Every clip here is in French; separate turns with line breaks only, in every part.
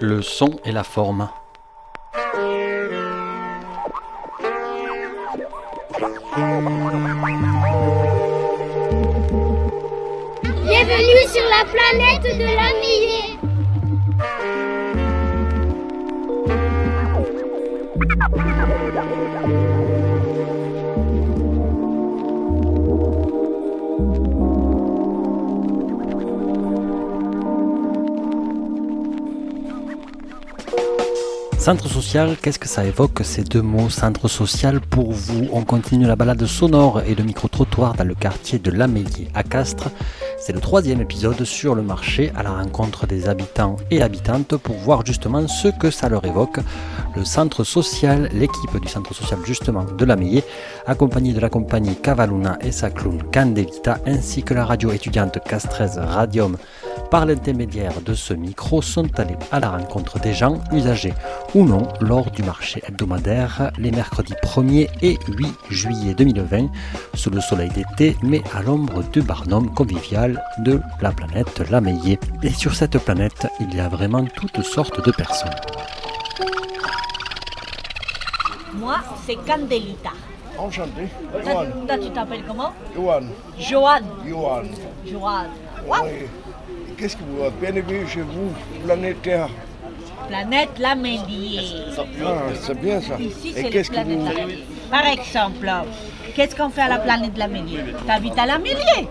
le son et la forme.
Bienvenue sur la planète de l'année.
Centre social, qu'est-ce que ça évoque ces deux mots Centre social pour vous. On continue la balade sonore et le micro-trottoir dans le quartier de l'Amélie à Castres. C'est le troisième épisode sur le marché à la rencontre des habitants et habitantes pour voir justement ce que ça leur évoque. Le centre social, l'équipe du centre social justement de l'Amélie, accompagnée de la compagnie Cavaluna et sa clown Candelita, ainsi que la radio étudiante Castrez Radium, par l'intermédiaire de ce micro, sont allés à la rencontre des gens usagés ou non lors du marché hebdomadaire les mercredis 1er et 8 juillet 2020 sous le soleil d'été mais à l'ombre du barnum convivial de la planète Lameillé. Et sur cette planète, il y a vraiment toutes sortes de personnes.
Moi, c'est Candelita.
Enchanté.
Toi,
Johan.
toi, tu t'appelles comment
Johan.
Johan.
Johan.
Johan.
Oui. Qu'est-ce que vous bienvenue chez vous, planète Terre
Planète Lamélier.
Ah, c'est bien ça.
Ici,
Et
c'est la
qu'est-ce que
planète
vous.
Lamélier. Par exemple, qu'est-ce qu'on fait à la planète Lamélier T'habites à Lamélier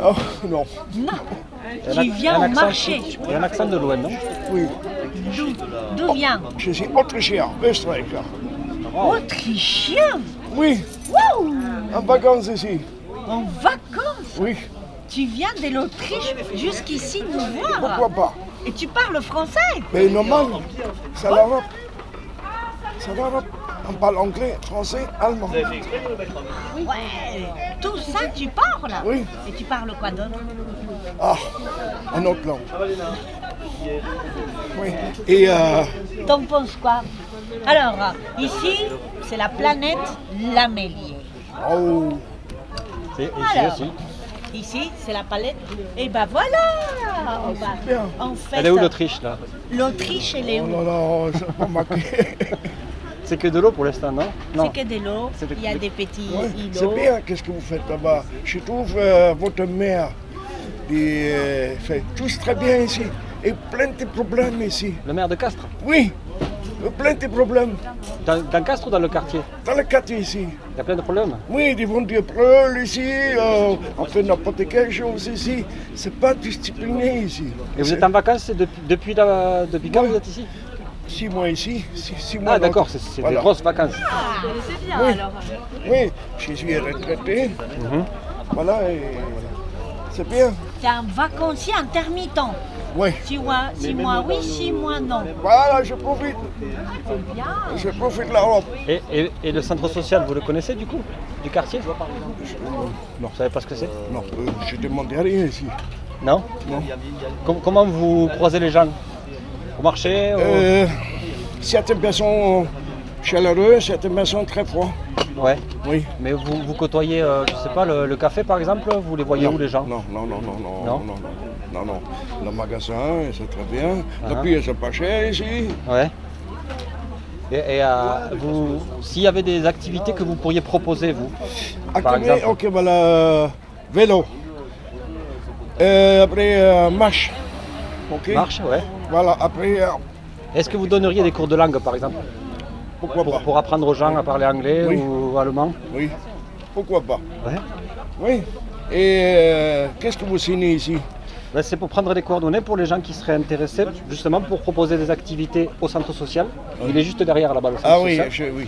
Oh, non.
Non. Tu viens au marché.
Il y a un accent de l'Ouest, non
Oui.
D'où
Oh.
D'où vient
Je suis autrichien, Österreich. Oh.
Autrichien
Oui,
Waouh
en vacances ici.
En vacances
Oui,
Tu viens de l'Autriche jusqu'ici nous
pourquoi
voir
pas
Et tu parles français
Mais normal, c'est l'Europe. C'est l'Europe. On parle anglais, français, allemand.
Ouais Tout ça, tu parles
Oui.
Et tu parles quoi d'autre
Ah, en autre langue. Oui. Et euh,
T'en penses quoi Alors, ici, c'est la planète Lamélier.
oh,
C'est ici
Alors,
aussi.
ici, c'est la palette. Et ben voilà on va-
super.
En fait,
Elle est où l'Autriche, là
L'Autriche, elle est
oh
où
là là, j'ai pas marqué.
C'est que de l'eau pour l'instant, non
C'est
Non.
que de l'eau,
C'est de-
il y a des petits
Ouais, c'est
îlots.
bien, qu'est-ce que vous faites là-bas Je trouve euh, votre mère des, euh, fait tout très bien ici et plein de problèmes ici.
Le maire de Castres
Oui, euh, plein de problèmes
dans, dans Castres ou dans le quartier
dans le quartier ici.
Il y a plein de problèmes.
Oui, ils vont dire preuves ici, euh, on fait n'importe quelle chose ici. C'est pas discipliné ici.
Et vous
C'est
êtes en vacances depuis, depuis, la- depuis quand
Oui.
vous êtes ici
Six mois ici, six, six mois
Ah
là-
d'accord, c'est c'est
Voilà.
des grosses vacances.
Oui, je suis retraité.
Mhm.
Voilà, et voilà. C'est bien.
C'est un vacancier intermittent.
Oui.
Six mois, six mois oui, six
euh,
mois non.
Voilà, je profite.
Bien.
Je profite de l'Europe.
Et, et- et le centre social, vous le connaissez du coup Du quartier Non, vous savez pas ce que c'est
Non, euh, je demande rien ici.
Non
Non.
Com- Comment vous croisez les gens Au marché au-
Euh, certaines personnes chaleureuses, certaines personnes très froides.
Ouais.
Oui.
Mais vous, vous côtoyez, euh, je sais pas, le, le café par exemple Vous les voyez
Non,
où les gens
Non, non, non, non, non,
Non
non, non, non, non. Le magasin, c'est très bien.
Ah.
La bière, c'est pas cher ici.
Ouais. Et, et, euh, vous, s'il y avait des activités que vous pourriez proposer, vous,
À
par
combien
exemple,
Ok, voilà. Vélo. Euh, après, euh, marche. Ok.
marche, ouais.
Voilà, après, euh,
Est-ce que vous donneriez des cours de langue, par exemple,
pourquoi
pour,
pas
pour apprendre aux gens à parler anglais
Oui.
ou allemand
Oui. Pourquoi pas
Ouais.
Oui. Et euh, qu'est-ce que vous signez ici
Ben, c'est pour prendre des coordonnées pour les gens qui seraient intéressés, justement pour proposer des activités au centre social. Il est juste derrière là-bas, le centre
Ah oui,
social.
je- oui.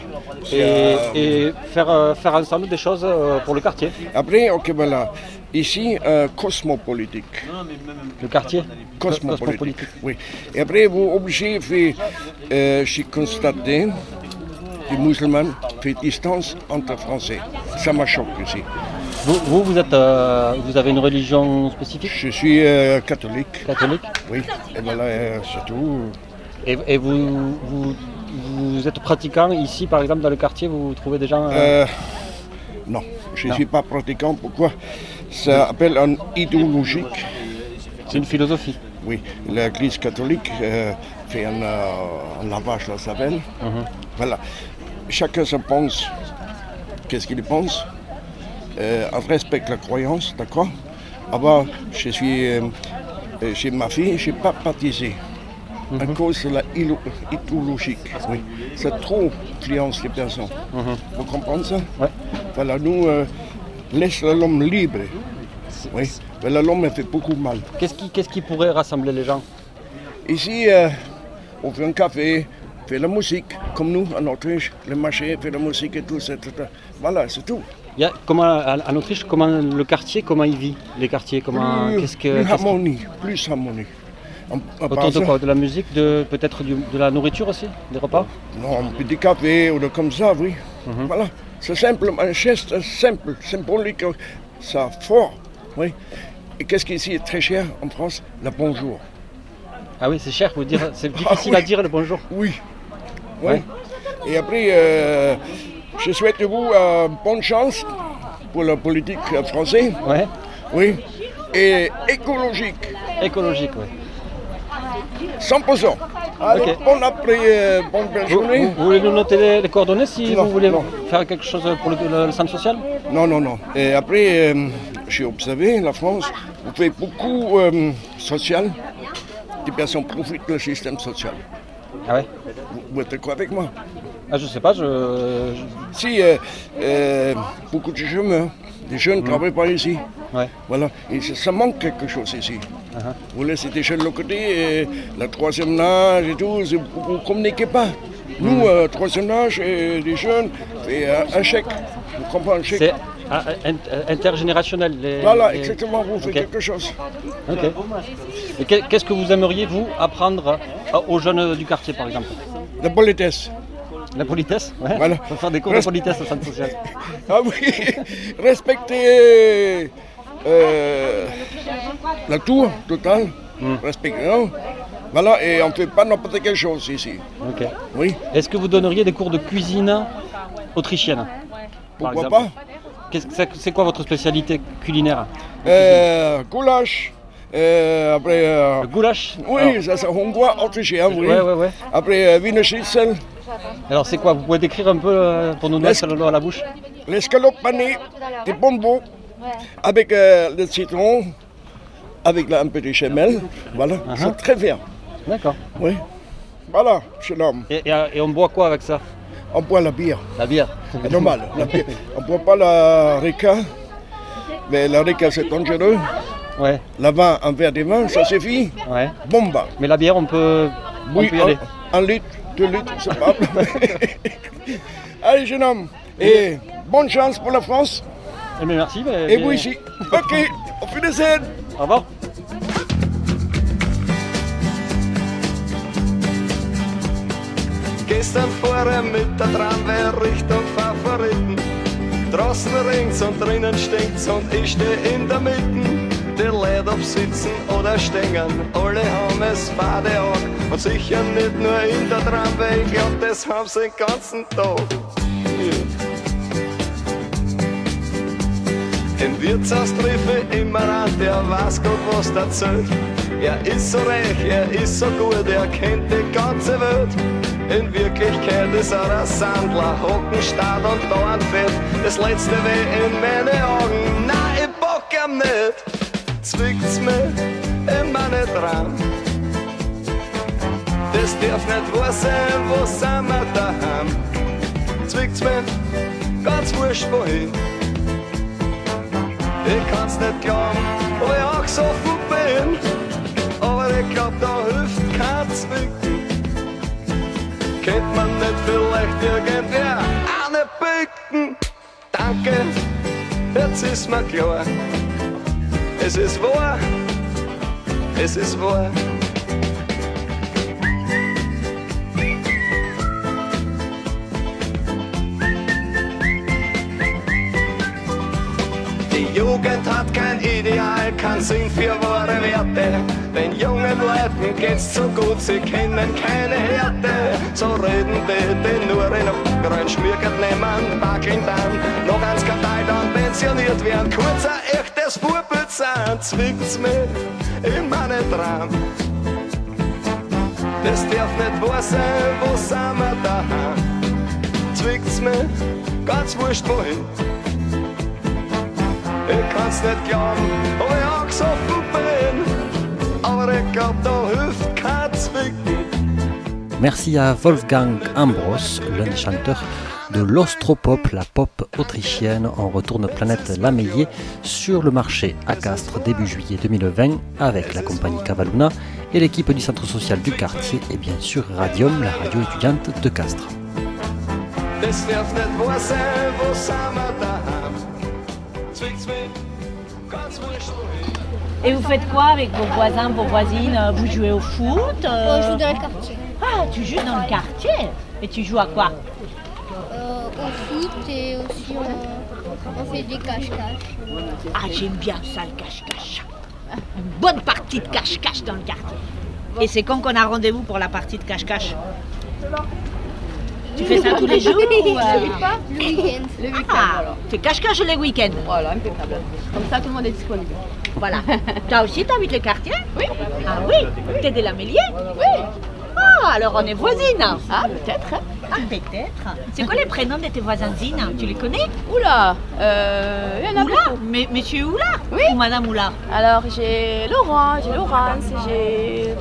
Et,
Euh,
et faire, euh, faire ensemble des choses euh, pour le quartier.
Après, ok, voilà. Ici, euh, cosmopolitique.
Le quartier
Ah, Cosmopolitique. Oui. Et après, vous obligez, fait, euh, j'ai constaté, les musulmans font distance entre Français. Ça m'a choqué aussi.
Vous, vous, vous êtes, euh, vous avez une religion spécifique
Je suis euh, catholique.
catholique
Oui. Et voilà, euh, c'est tout.
Et, et vous, vous, vous êtes pratiquant ici, par exemple, dans le quartier, vous trouvez des gens. euh,
Euh, non, je ne suis pas pratiquant. Pourquoi Ça appelle un idéologique.
c'est une philosophie.
Oui, l'Église catholique euh, fait un, euh, un lavage la savane. Voilà. Chacun se pense qu'est-ce qu'il pense. Euh, on respecte la croyance, d'accord Avant, je suis euh, euh, chez ma fille, je n'ai pas baptisé. À cause de la hilo- idéologique. oui. C'est trop influence les personnes. Vous comprenez ça
Ouais.
Voilà, nous, euh, laisse l'homme libre. Oui. Voilà, l'homme il fait beaucoup de mal.
Qu'est-ce qui, qu'est-ce qui pourrait rassembler les gens
Ici, euh, on fait un café, on fait la musique, comme nous en Autriche, le marché fait la musique et tout, etc. Voilà, c'est tout.
Il y a- comment, à- en Autriche, comment le quartier, comment il vit Les quartiers, comment,
Plus-
qu'est-ce que,
plus
qu'est-ce que-
harmonie, plus harmonie. En- en
autour de
passant,
quoi De la musique, de peut-être du- de la nourriture aussi, des repas.
Non, un petit café ou de comme ça, oui.
Mhm.
Voilà, c'est simple, un geste simple, symbolique, ça fort, oui. Et qu'est-ce qui ici est très cher en France Le bonjour.
Ah oui, c'est cher, vous dire, c'est difficile
oui.
à dire le bonjour.
Oui. Oui.
Ouais.
Et après, euh, je souhaite vous euh, bonne chance pour la politique euh, française.
Ouais,
Oui. Et écologique,
écologique, ouais.
100%. Alors,
Ok.
bon après, euh, bonne belle
Vous,
journée.
vous- vous voulez nous noter les, les coordonnées si
Non,
vous voulez
non.
faire quelque chose pour le, le- le centre social
Non, non, non. Et après, euh, j'ai observé, la France, vous fait beaucoup euh, social. Les personnes profitent du système social.
Ah ouais
Vous, vous êtes d'accord avec moi
ah, Je sais pas, je. je-
Si, euh, euh, beaucoup de jeunes, hein, des jeunes ne
Mmh.
travaillent pas ici.
ouais.
Voilà, et ça, ça manque quelque chose ici.
Uh-huh.
Vous laissez des jeunes de côté, et la troisième âge et tout, c'est- vous ne communiquez pas. Nous,
Mm.
euh, troisième âge, et les jeunes, c'est euh, un chèque. Vous comprenez un chèque
C'est ah, in- intergénérationnel. les-
Voilà,
les-
exactement, vous faites
Ok.
quelque chose.
Ok. Et que- qu'est-ce que vous aimeriez, vous, apprendre à- aux jeunes du quartier, par exemple
La politesse.
La politesse Ouais.
Voilà.
Faut faire des cours de
Reste-
politesse au centre social.
Ah oui, respecter euh, la tour totale,
Mm.
respecter. hein. Voilà, et on ne fait pas n'importe quelle chose ici.
Ok.
Oui,
Est-ce que vous donneriez des cours de cuisine autrichienne par
pourquoi pas
exemple Qu'est-ce que c'est- C'est quoi votre spécialité culinaire
Euh, goulash. euh, après. euh,
Le goulash
oui,
Alors,
ça c'est hongrois, autrichien, oui.
Ah. Ouais, ouais, ouais.
Après, euh, Wiener Schnitzel,
Alors c'est quoi Vous pouvez décrire un peu euh, pour nous
Laisse-
mettre le doigt à la bouche
l'escalope panée, des bonbons, avec euh, le citron, avec là, un peu de chamel. Voilà,
Ah
c'est très bien.
D'accord.
Oui. Voilà, jeune homme.
Et, et, euh, et on boit quoi avec ça
On boit la bière.
La bière.
C'est normal, la bière. On ne boit pas la rica. Mais la rica, c'est dangereux.
Ouais,
La vin, un verre de vin, ça suffit.
ouais.
Bomba.
Mais la bière, on peut, on
Oui, ah.
peut y aller.
un, un litre, deux litres, c'est pas Allez, jeune homme, et bonne chance pour la France
Eh bien, merci. mais-
et
mais-
vous ici. Ok, on fait des aides.
Au revoir.
Gestern fuhr er mit der Tramwehr Richtung Favoriten. Draußen rings und drinnen stinkt's und ich steh in der Mitte. Die Leute ob sitzen oder stehen, alle haben es fade an. Und sicher nicht nur in der Tramwehr, ich glaub, das haben sie den ganzen Tag. Ja. Im Wirtshaus triff ich immer an, der weiß gut, was der zählt. Er ist so reich, er ist so gut, er kennt die ganze Welt. In Wirklichkeit ist er ein Sandler, Hockenstarrt und dauernd fett. Das letzte Weh in meine Augen, nein, ich bock ihm nicht. Zwickt's mir immer nicht ran. Das darf nicht wahr sein, wo sind wir daheim? Zwickt's mir ganz wurscht wohin. Ich kann's nicht glauben, ob ich angesoffen bin. Aber ich glaub, da hilft kein Zwicken. Kennt man nicht vielleicht irgendwer eine Bicken? Danke, jetzt ist mir klar. Es ist wahr, es ist wahr. Die Jugend hat kein Ideal, kein Sinn für wahre Werte. Den jungen Leuten geht's zu gut, sie kennen keine Härte. So reden die, die nur in Ockern schmiergert nehmen, wackeln dann. Noch ein Skandal, dann pensioniert werden. Kurz ein echtes Vorbild sein, zwickt's mich immer nicht dran. Das darf nicht wahr sein, wo sind wir daheim? Zwickt's mir, ganz wurscht wohin. Ich kann's nicht glauben, ob ich angesoffen bin. Aber ich glaub, da hilft kein Zwicken.
Merci à Wolfgang Ambros, l'un des chanteurs de l'Ostropop, la pop autrichienne. On retourne Planète Lameillé sur le marché à Castres début juillet 2020 avec la compagnie Cavaluna et l'équipe du centre social du quartier et bien sûr Radium, la radio étudiante de Castres.
Das darf nicht wahr sein, wo sind wir daheim? Zwickt's mir, ganz wurscht wohin.
Et vous faites quoi avec vos voisins, vos voisines Vous jouez au foot
On
euh,
joue dans le quartier.
Ah, tu joues dans le quartier Et tu joues à quoi
Euh, on foot et aussi euh, on, on fait des cache-cache.
Ah, j'aime bien ça, le cache-cache. Une bonne partie de cache-cache dans le quartier. Et c'est quand qu'on a rendez-vous pour la partie de cache-cache Tu fais ça tous les jours ou, euh,
Le week-end.
Le week-end
Ah,
alors.
tu cache-cache les week-ends.
Voilà, impeccable. Comme ça, tout le monde est disponible.
Voilà. Toi aussi, t'habites le quartier
Oui.
Ah oui T'es de la Mélier
Oui.
Ah, alors on est voisines.
Ah, peut-être. hein.
Ah, peut-être. C'est quoi les prénoms de tes voisines Tu les connais
Oula, euh, il y en a
Oula,
beaucoup.
mais, Monsieur Oula
Oui.
Ou Madame Oula
Alors, j'ai Laurent, j'ai Laurence, j'ai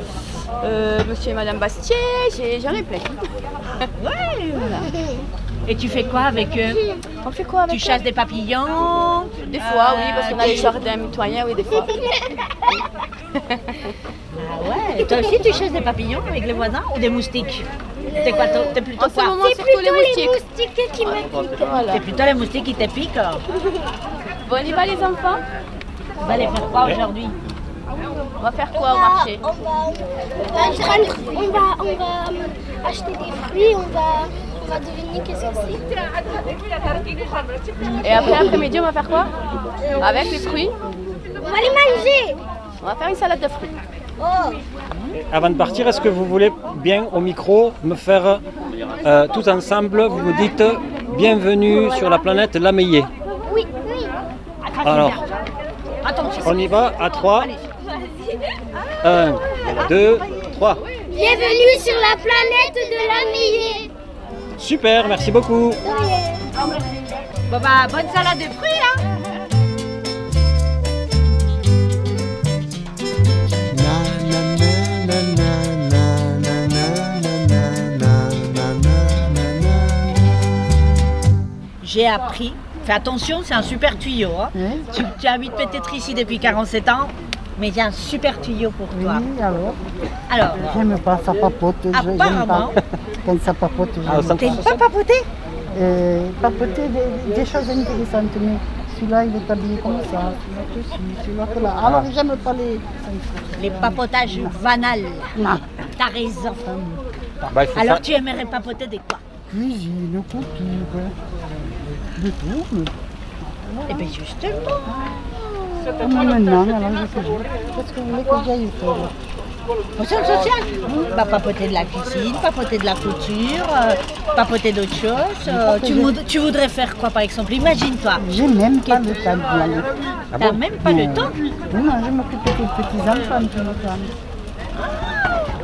euh, monsieur et madame Bastier, j'ai- j'en ai plein.
Ouais. Et tu fais quoi avec eux
On fait quoi avec
Tu chasses
eux
des papillons
Des fois, Euh, oui, parce qu'on a
des-
les jardins mitoyens, oui, des fois.
Ah ouais Toi aussi, tu chasses des papillons avec les voisins ou des moustiques T'es quoi toi T'es plutôt
En ce
quoi
moment, surtout les moustiques.
moustiques qui m'écoutent.
Voilà.
T'es plutôt les moustiques qui te piquent On
Bon, on y va, les enfants
va les faire quoi aujourd'hui
On va faire quoi au marché
On va, on va, on va euh, acheter des fruits, on va, on va deviner qu'est-ce que c'est.
Et après, après-midi, on va faire quoi Avec les fruits,
On va les manger.
on va faire une salade de fruits.
Oh,
Avant de partir, est-ce que vous voulez bien au micro me faire euh, tous ensemble, vous me dites bienvenue sur la planète Lameillé.
oui, oui.
Alors,
Attention
on y va à 3. 1, 2, 3.
Bienvenue sur la planète de l'amitié.
Super, merci beaucoup.
Bon bah, bonne salade de fruits, hein J'ai appris, fais attention, c'est un super tuyau. hein. Tu, tu habites peut-être ici depuis 47 ans, mais j'ai un super tuyau pour toi.
Alors,
Alors,
j'aime pas ça papote. je- j'aime
Apparemment.
pas. Quand ça papote, j'aime
Ah, ça me-
pas.
t'aimes pas papoter
Euh, papoter des, des choses intéressantes, mais celui-là, il est habillé comme ça, celui-là dessus, celui-là que
Ah.
là. Alors, j'aime pas les.
Les papotages banals.
Non.
T'as raison.
Bah, il faut
Alors,
faire-
tu aimerais papoter de quoi
Cuisine, couture, de tout. mais-
Eh bien, justement.
Ah, mais maintenant, alors, je sais pas. Qu'est-ce que vous voulez que j'aille faire
Fonction sociale. Bah, papoter de la cuisine, papoter de la couture, euh, papoter d'autres choses. euh, tu, voud- tu voudrais faire quoi par exemple Imagine-toi.
J'ai même pas le temps d'y aller.
Ah
T'as même pas le temps
Non, non, je m'occupe des petits-enfants tout le temps.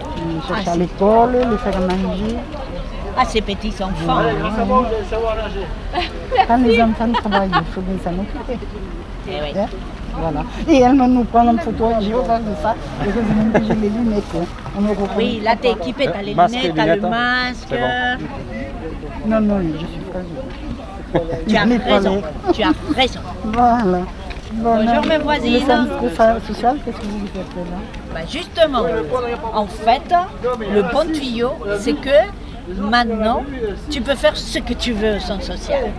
Je cherche
Ah,
à
c'est-
l'école, les faire manger.
à ces petits enfants.
Quand les enfants travaillent, il faut bien s'en occuper.
Eh oui.
hein. Voilà. Et elle me nous prend en photo, j'ai horreur de oh, ça. Et heureusement que j'ai les lunettes. hein. On me reconnaît.
Oui, là t'es équipé, t'as les
Euh, Masque et
lunettes, t'as le
lunettes, hein.
masque.
C'est
Non, non, je suis pas jolie.
Tu as
Je n'ai pas
raison.
les-
Tu as raison.
Voilà. Bon,
Bonjour,
euh,
mes voisines.
Le centre socia- social, qu'est-ce que vous voulez faire là
Bah, justement, en fait, le bon tuyau, c'est que maintenant, tu peux faire ce que tu veux au centre social.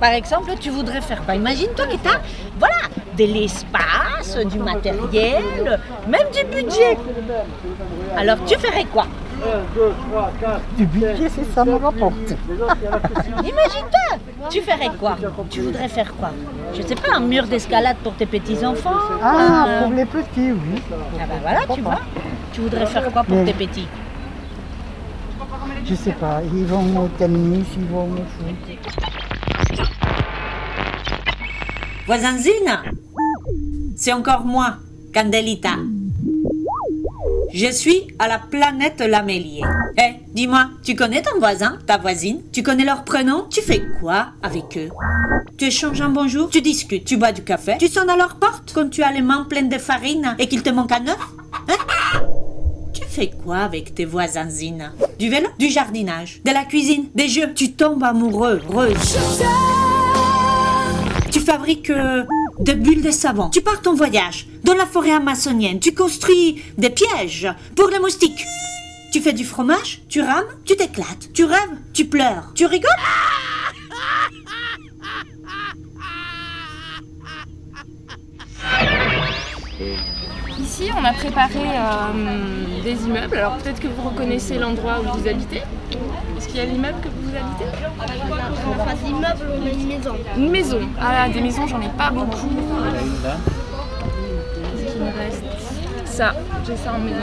Par exemple, tu voudrais faire quoi Imagine-toi que tu as voilà, de l'espace, du matériel, même du budget. Alors, tu ferais quoi
Du budget, c'est ça me rapporte.
Imagine-toi Tu ferais quoi Tu voudrais faire quoi Je sais pas, un mur d'escalade pour tes petits-enfants
Ah,
un-
pour les petits, oui.
Ah bah voilà, tu vois. Tu voudrais faire quoi pour
Mais-
tes petits
Je sais pas, ils vont au tennis, ils vont au foot.
Voisinzine, c'est encore moi, Candelita. Je suis à la planète Lamélier. Eh, dis-moi, tu connais ton voisin, ta voisine Tu connais leur prénom Tu fais quoi avec eux Tu échanges un bonjour Tu discutes Tu bois du café Tu sonnes à leur porte quand tu as les mains pleines de farine et qu'il te manque un œuf Hein Tu fais quoi avec tes voisines Du vélo Du jardinage De la cuisine Des jeux Tu tombes amoureux, heureuse tu fabriques euh, des bulles de savon. Tu pars ton voyage dans la forêt amazonienne. Tu construis des pièges pour les moustiques. Tu fais du fromage, tu rames, tu t'éclates, tu rêves, tu pleures, tu rigoles.
Ici, on a préparé euh, des immeubles. Alors peut-être que vous reconnaissez l'endroit où vous habitez. Est-ce qu'il y a l'immeuble que vous habitez
En face d'immeuble, on a une maison.
Une maison. Ah, des maisons, j'en ai pas beaucoup. Qu'est-ce qu'il me reste Ça, j'ai ça en maison.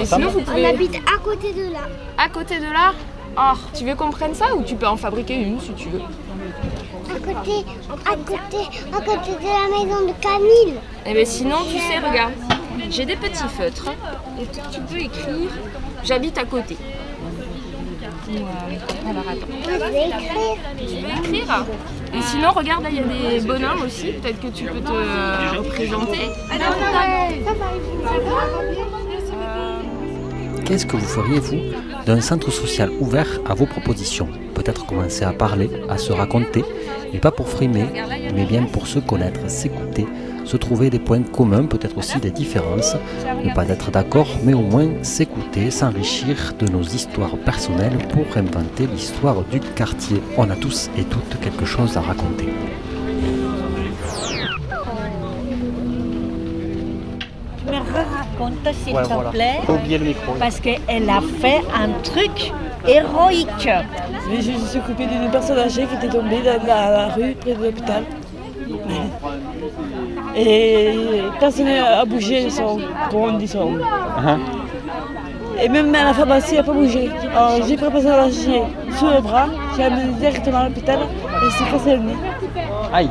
Et sinon, vous
On
pouvez.
habite à côté de là.
À côté de là Ah, tu veux qu'on prenne ça ou tu peux en fabriquer une si tu veux
À côté, à côté, à côté de la maison de Camille.
Eh bien, sinon, tu sais, regarde, j'ai des petits feutres. Et tu- tu peux écrire J'habite à côté. Ou, euh, alors, attends.
Je vais écrire.
Tu peux écrire Et sinon, regarde, là, il y a des bonhommes aussi. Peut-être que tu peux te euh, représenter.
Qu'est-ce que vous feriez, vous, d'un centre social ouvert à vos propositions Peut-être commencer à parler, à se raconter, mais pas pour frimer, mais bien pour se connaître, s'écouter, se trouver des points communs, peut-être aussi des différences, ne pas être d'accord, mais au moins s'écouter, s'enrichir de nos histoires personnelles pour inventer l'histoire du quartier. On a tous et toutes quelque chose à raconter.
Tu me racontes, s'il
Ouais,
te
voilà.
plaît.
Pas oublier le micro.
Parce qu'elle a fait un truc héroïque.
Mais je suis occupée d'une personne âgée qui était tombée dans la, la rue près de l'hôpital. Et personne n'a bougé son, comment on dit son. Et même à la pharmacie, elle n'a pas bougé. Alors, J'ai pris la personne âgée sous le bras, j'ai amené directement à l'hôpital et c'est cassé le nez.
Aïe.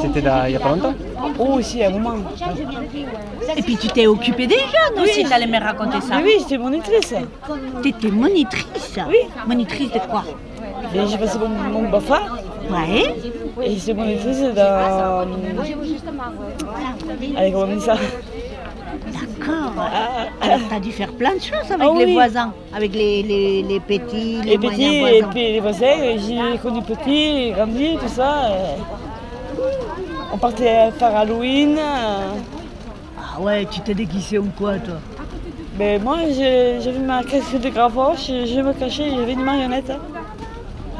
C'était là, il n'y a pas longtemps
Oh, aussi, à un moment.
Et puis tu t'es occupée des jeunes aussi, t'allais me raconter ça.
Mais Ah oui, j'étais monitrice.
T'étais monitrice.
Oui.
Monitrice de quoi
Et j'ai passé mon, mon BAFA
Ouais.
et j'étais monitrice dans. Allez, comment on dit ça
D'accord. Alors t'as dû faire plein de choses avec
Ah
les
oui.
voisins, avec les, les, les petits, les,
Les
moyens
petits, et
voisins.
puis les voisins, et j'ai connu petit, et grandi, tout ça. euh. On partait faire Halloween. euh.
Ah ouais, tu t'es déguisé en quoi toi
Mais Ben, moi, j'ai- j'avais ma casque de gravoche, je je me cachais, j'avais une marionnette hein,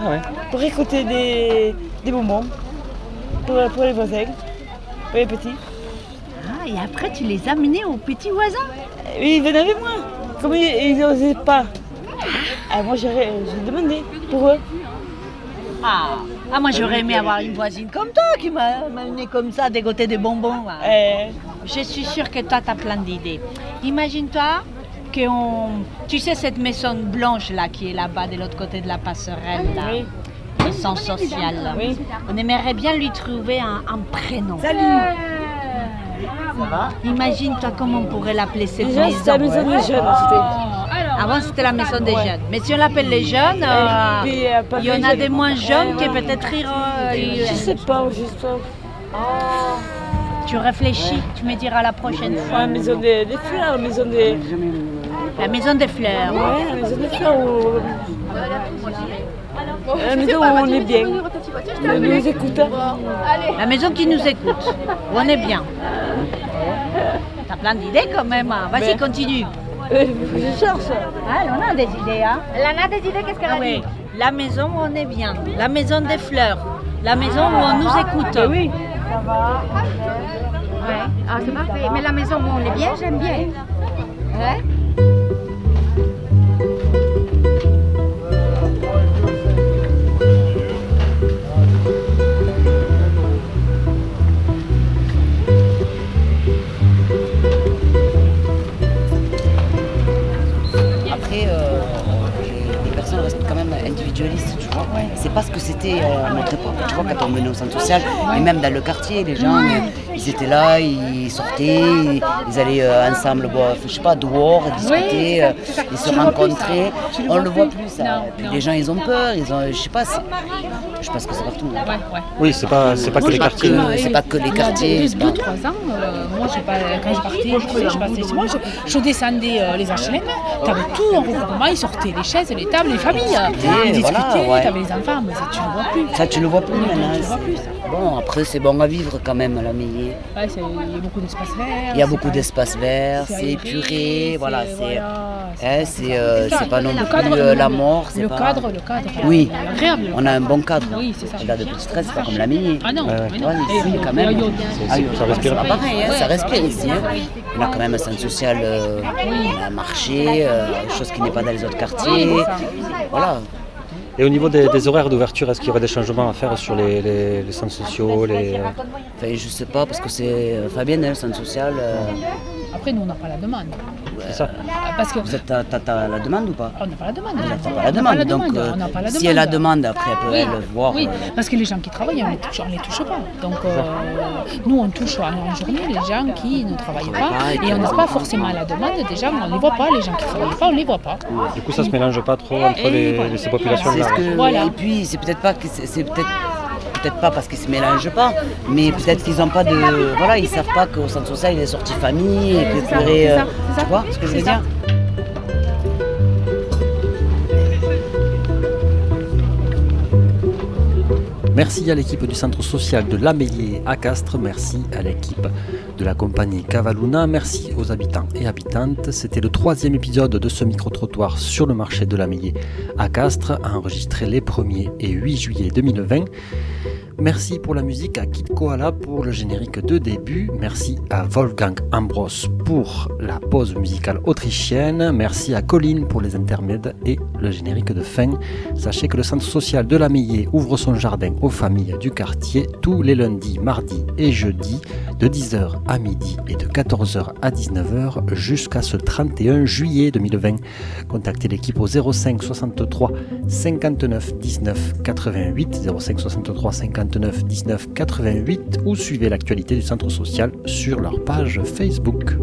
Ah ouais.
pour écouter des, des bonbons pour, pour les voisins, pour les petits.
Ah, et après tu les amenais aux petits voisins
Et ils venaient avec moi, comme ils ils n'osaient pas. Ah, moi, j'ai j'ai demandé pour eux.
Ah, ah moi j'aurais aimé avoir une voisine comme toi qui m'a amené comme ça dégoter des bonbons. hein. là.
Euh,
Je suis sûre que toi, tu as plein d'idées. Imagine-toi que on... tu sais cette maison blanche là qui est là-bas de l'autre côté de la passerelle, là,
Oui.
le sens social. là.
Oui.
On aimerait bien lui trouver un, un prénom.
Salut
Imagine-toi comment on pourrait l'appeler cette
Déjà,
maison.
c'était la maison des jeunes. c'était-
Avant, c'était la maison des
Ouais.
jeunes. Mais si on l'appelle les jeunes, euh,
puis, euh, pas
il y en
plus
a
jeune.
des moins jeunes
Ouais,
qui
ouais.
peut-être iront. euh,
Je sais pas, je sais pas.
Tu réfléchis, tu me diras la prochaine fois.
La maison des, des fleurs, la maison des.
La maison des fleurs.
Ouais, la maison des fleurs où. La maison où on est bien. On nous écoute.
La maison qui nous écoute. Où On est bien. T'as plein d'idées quand même. hein. Vas-y,
Ben.
continue.
Euh, Je cherche.
Ah, on a des idées. Hein.
Lana des idées, qu'est-ce qu'elle
Ah oui. La maison où on est bien. La maison des fleurs. La maison où on nous écoute. Oui.
Ah, c'est parfait. Mais la maison où on est bien, j'aime bien. Ouais.
Après, euh, les, les personnes restent quand même individualiste, tu vois. C'est pas ce que c'était euh, à notre époque, tu vois, quand on venait au centre social, et même dans le quartier, les gens, euh, ils étaient là, ils sortaient, ils, ils allaient euh, ensemble, boire, je sais pas, dehors, discuter, euh, ils se rencontraient. On le voit plus, ça. Puis les gens, ils ont peur, ils ont, je sais pas, c'est- je pense que c'est partout. hein.
Oui, c'est pas, c'est pas que les quartiers.
que- c'est pas que les quartiers, c'est
deux,
pas-
trois ans, euh, moi, j'ai pas, quand je partais, je, faisais- je partais chez moi, je, je descendais euh, les HLM, t'avais tout en regroupement, ils sortaient les chaises, les tables, les familles, ils discutaient,
voilà, ouais.
t'avais les enfants, mais ça, tu le vois plus.
Ça, tu le vois plus
Non, tu le
maintenant.
vois plus,
c'est- Bon, après, c'est bon à vivre quand même, à la Meillet.
Ouais, c'est- il y a beaucoup d'espace vert.
Il y a
c'est
beaucoup
pas-
d'espaces verts,
c'est
c'est
aéré,
épuré, voilà, c'est
voilà,
hein, c'est euh,
ça.
c'est pas non
Le
plus
cadre,
euh,
le-
la mort, c'est
le
pas...
cadre, le cadre,
Oui,
il est agréable, le
on a un bon cadre.
Oui, c'est ça.
On a de petits traits, c'est pas comme la mini.
Ah non, mais non.
Toi, ici,
Et
quand même,
ailleurs,
ah,
c'est-
euh,
oui,
ça respire
c'est pas
pas.
pareil, hein,
Ouais.
ça respire ici. hein. On a quand même un centre social, euh, on a un marché, euh, chose qui n'est pas dans les autres quartiers. Voilà.
Et au niveau des, des horaires d'ouverture, est-ce qu'il y aurait des changements à faire sur les, les- les centres sociaux les... euh,
Enfin, je sais pas, parce que c'est euh, Fabienne, hein, le centre social. euh,
Après, nous, on n'a pas la demande. Ah,
C'est ça.
Parce que
Vous êtes à, t'as- t'as la demande ou pas
On n'a pas la demande.
On n'a pas la demande. Donc, euh,
on n'a pas la
si elle la demande, après, elle peut
Oui,
elle voir.
oui,
euh,
parce que les gens qui travaillent, on ne les touche, on les touche pas. Donc, euh, nous, on touche en, en journée les gens qui ne travaillent pas
Travaillent pas,
et on n'a
qui
pas
ont-
forcément la demande des gens, on ne les voit pas. Les gens qui ne travaillent pas, on ne les voit pas.
Du coup, ça se mélange pas trop entre les- les- ces
C'est
populations-là.
ce que-
Voilà.
Et puis, c'est peut-être pas que c'est c'est peut-être peut-être pas parce qu'ils se mélangent pas, mais peut-être qu'ils ont pas de voilà, ils savent pas qu'au centre social il est sorti famille et que
C'est ça,
tu aurais,
c'est ça,
euh, tu vois ce que je veux
c'est ça.
dire
Merci à l'équipe du centre social de l'Amélier à Castres, merci à l'équipe de la compagnie Cavaluna, merci aux habitants et habitantes. C'était le troisième épisode de ce micro-trottoir sur le marché de l'Amélier à Castres, enregistré les 1er et 8 juillet 2020. Merci pour la musique à Kid Koala pour le générique de début. Merci à Wolfgang Ambros pour la pause musicale autrichienne. Merci à Colline pour les intermèdes et le générique de fin. Sachez que le centre social de la Meillet ouvre son jardin aux familles du quartier tous les lundis, mardis et jeudis de 10h à midi et de 14h à 19h jusqu'à ce 31 juillet 2020. Contactez l'équipe au 05 63 59 19 88 05 63 59 19 88 ou suivez l'actualité du centre social sur leur page Facebook.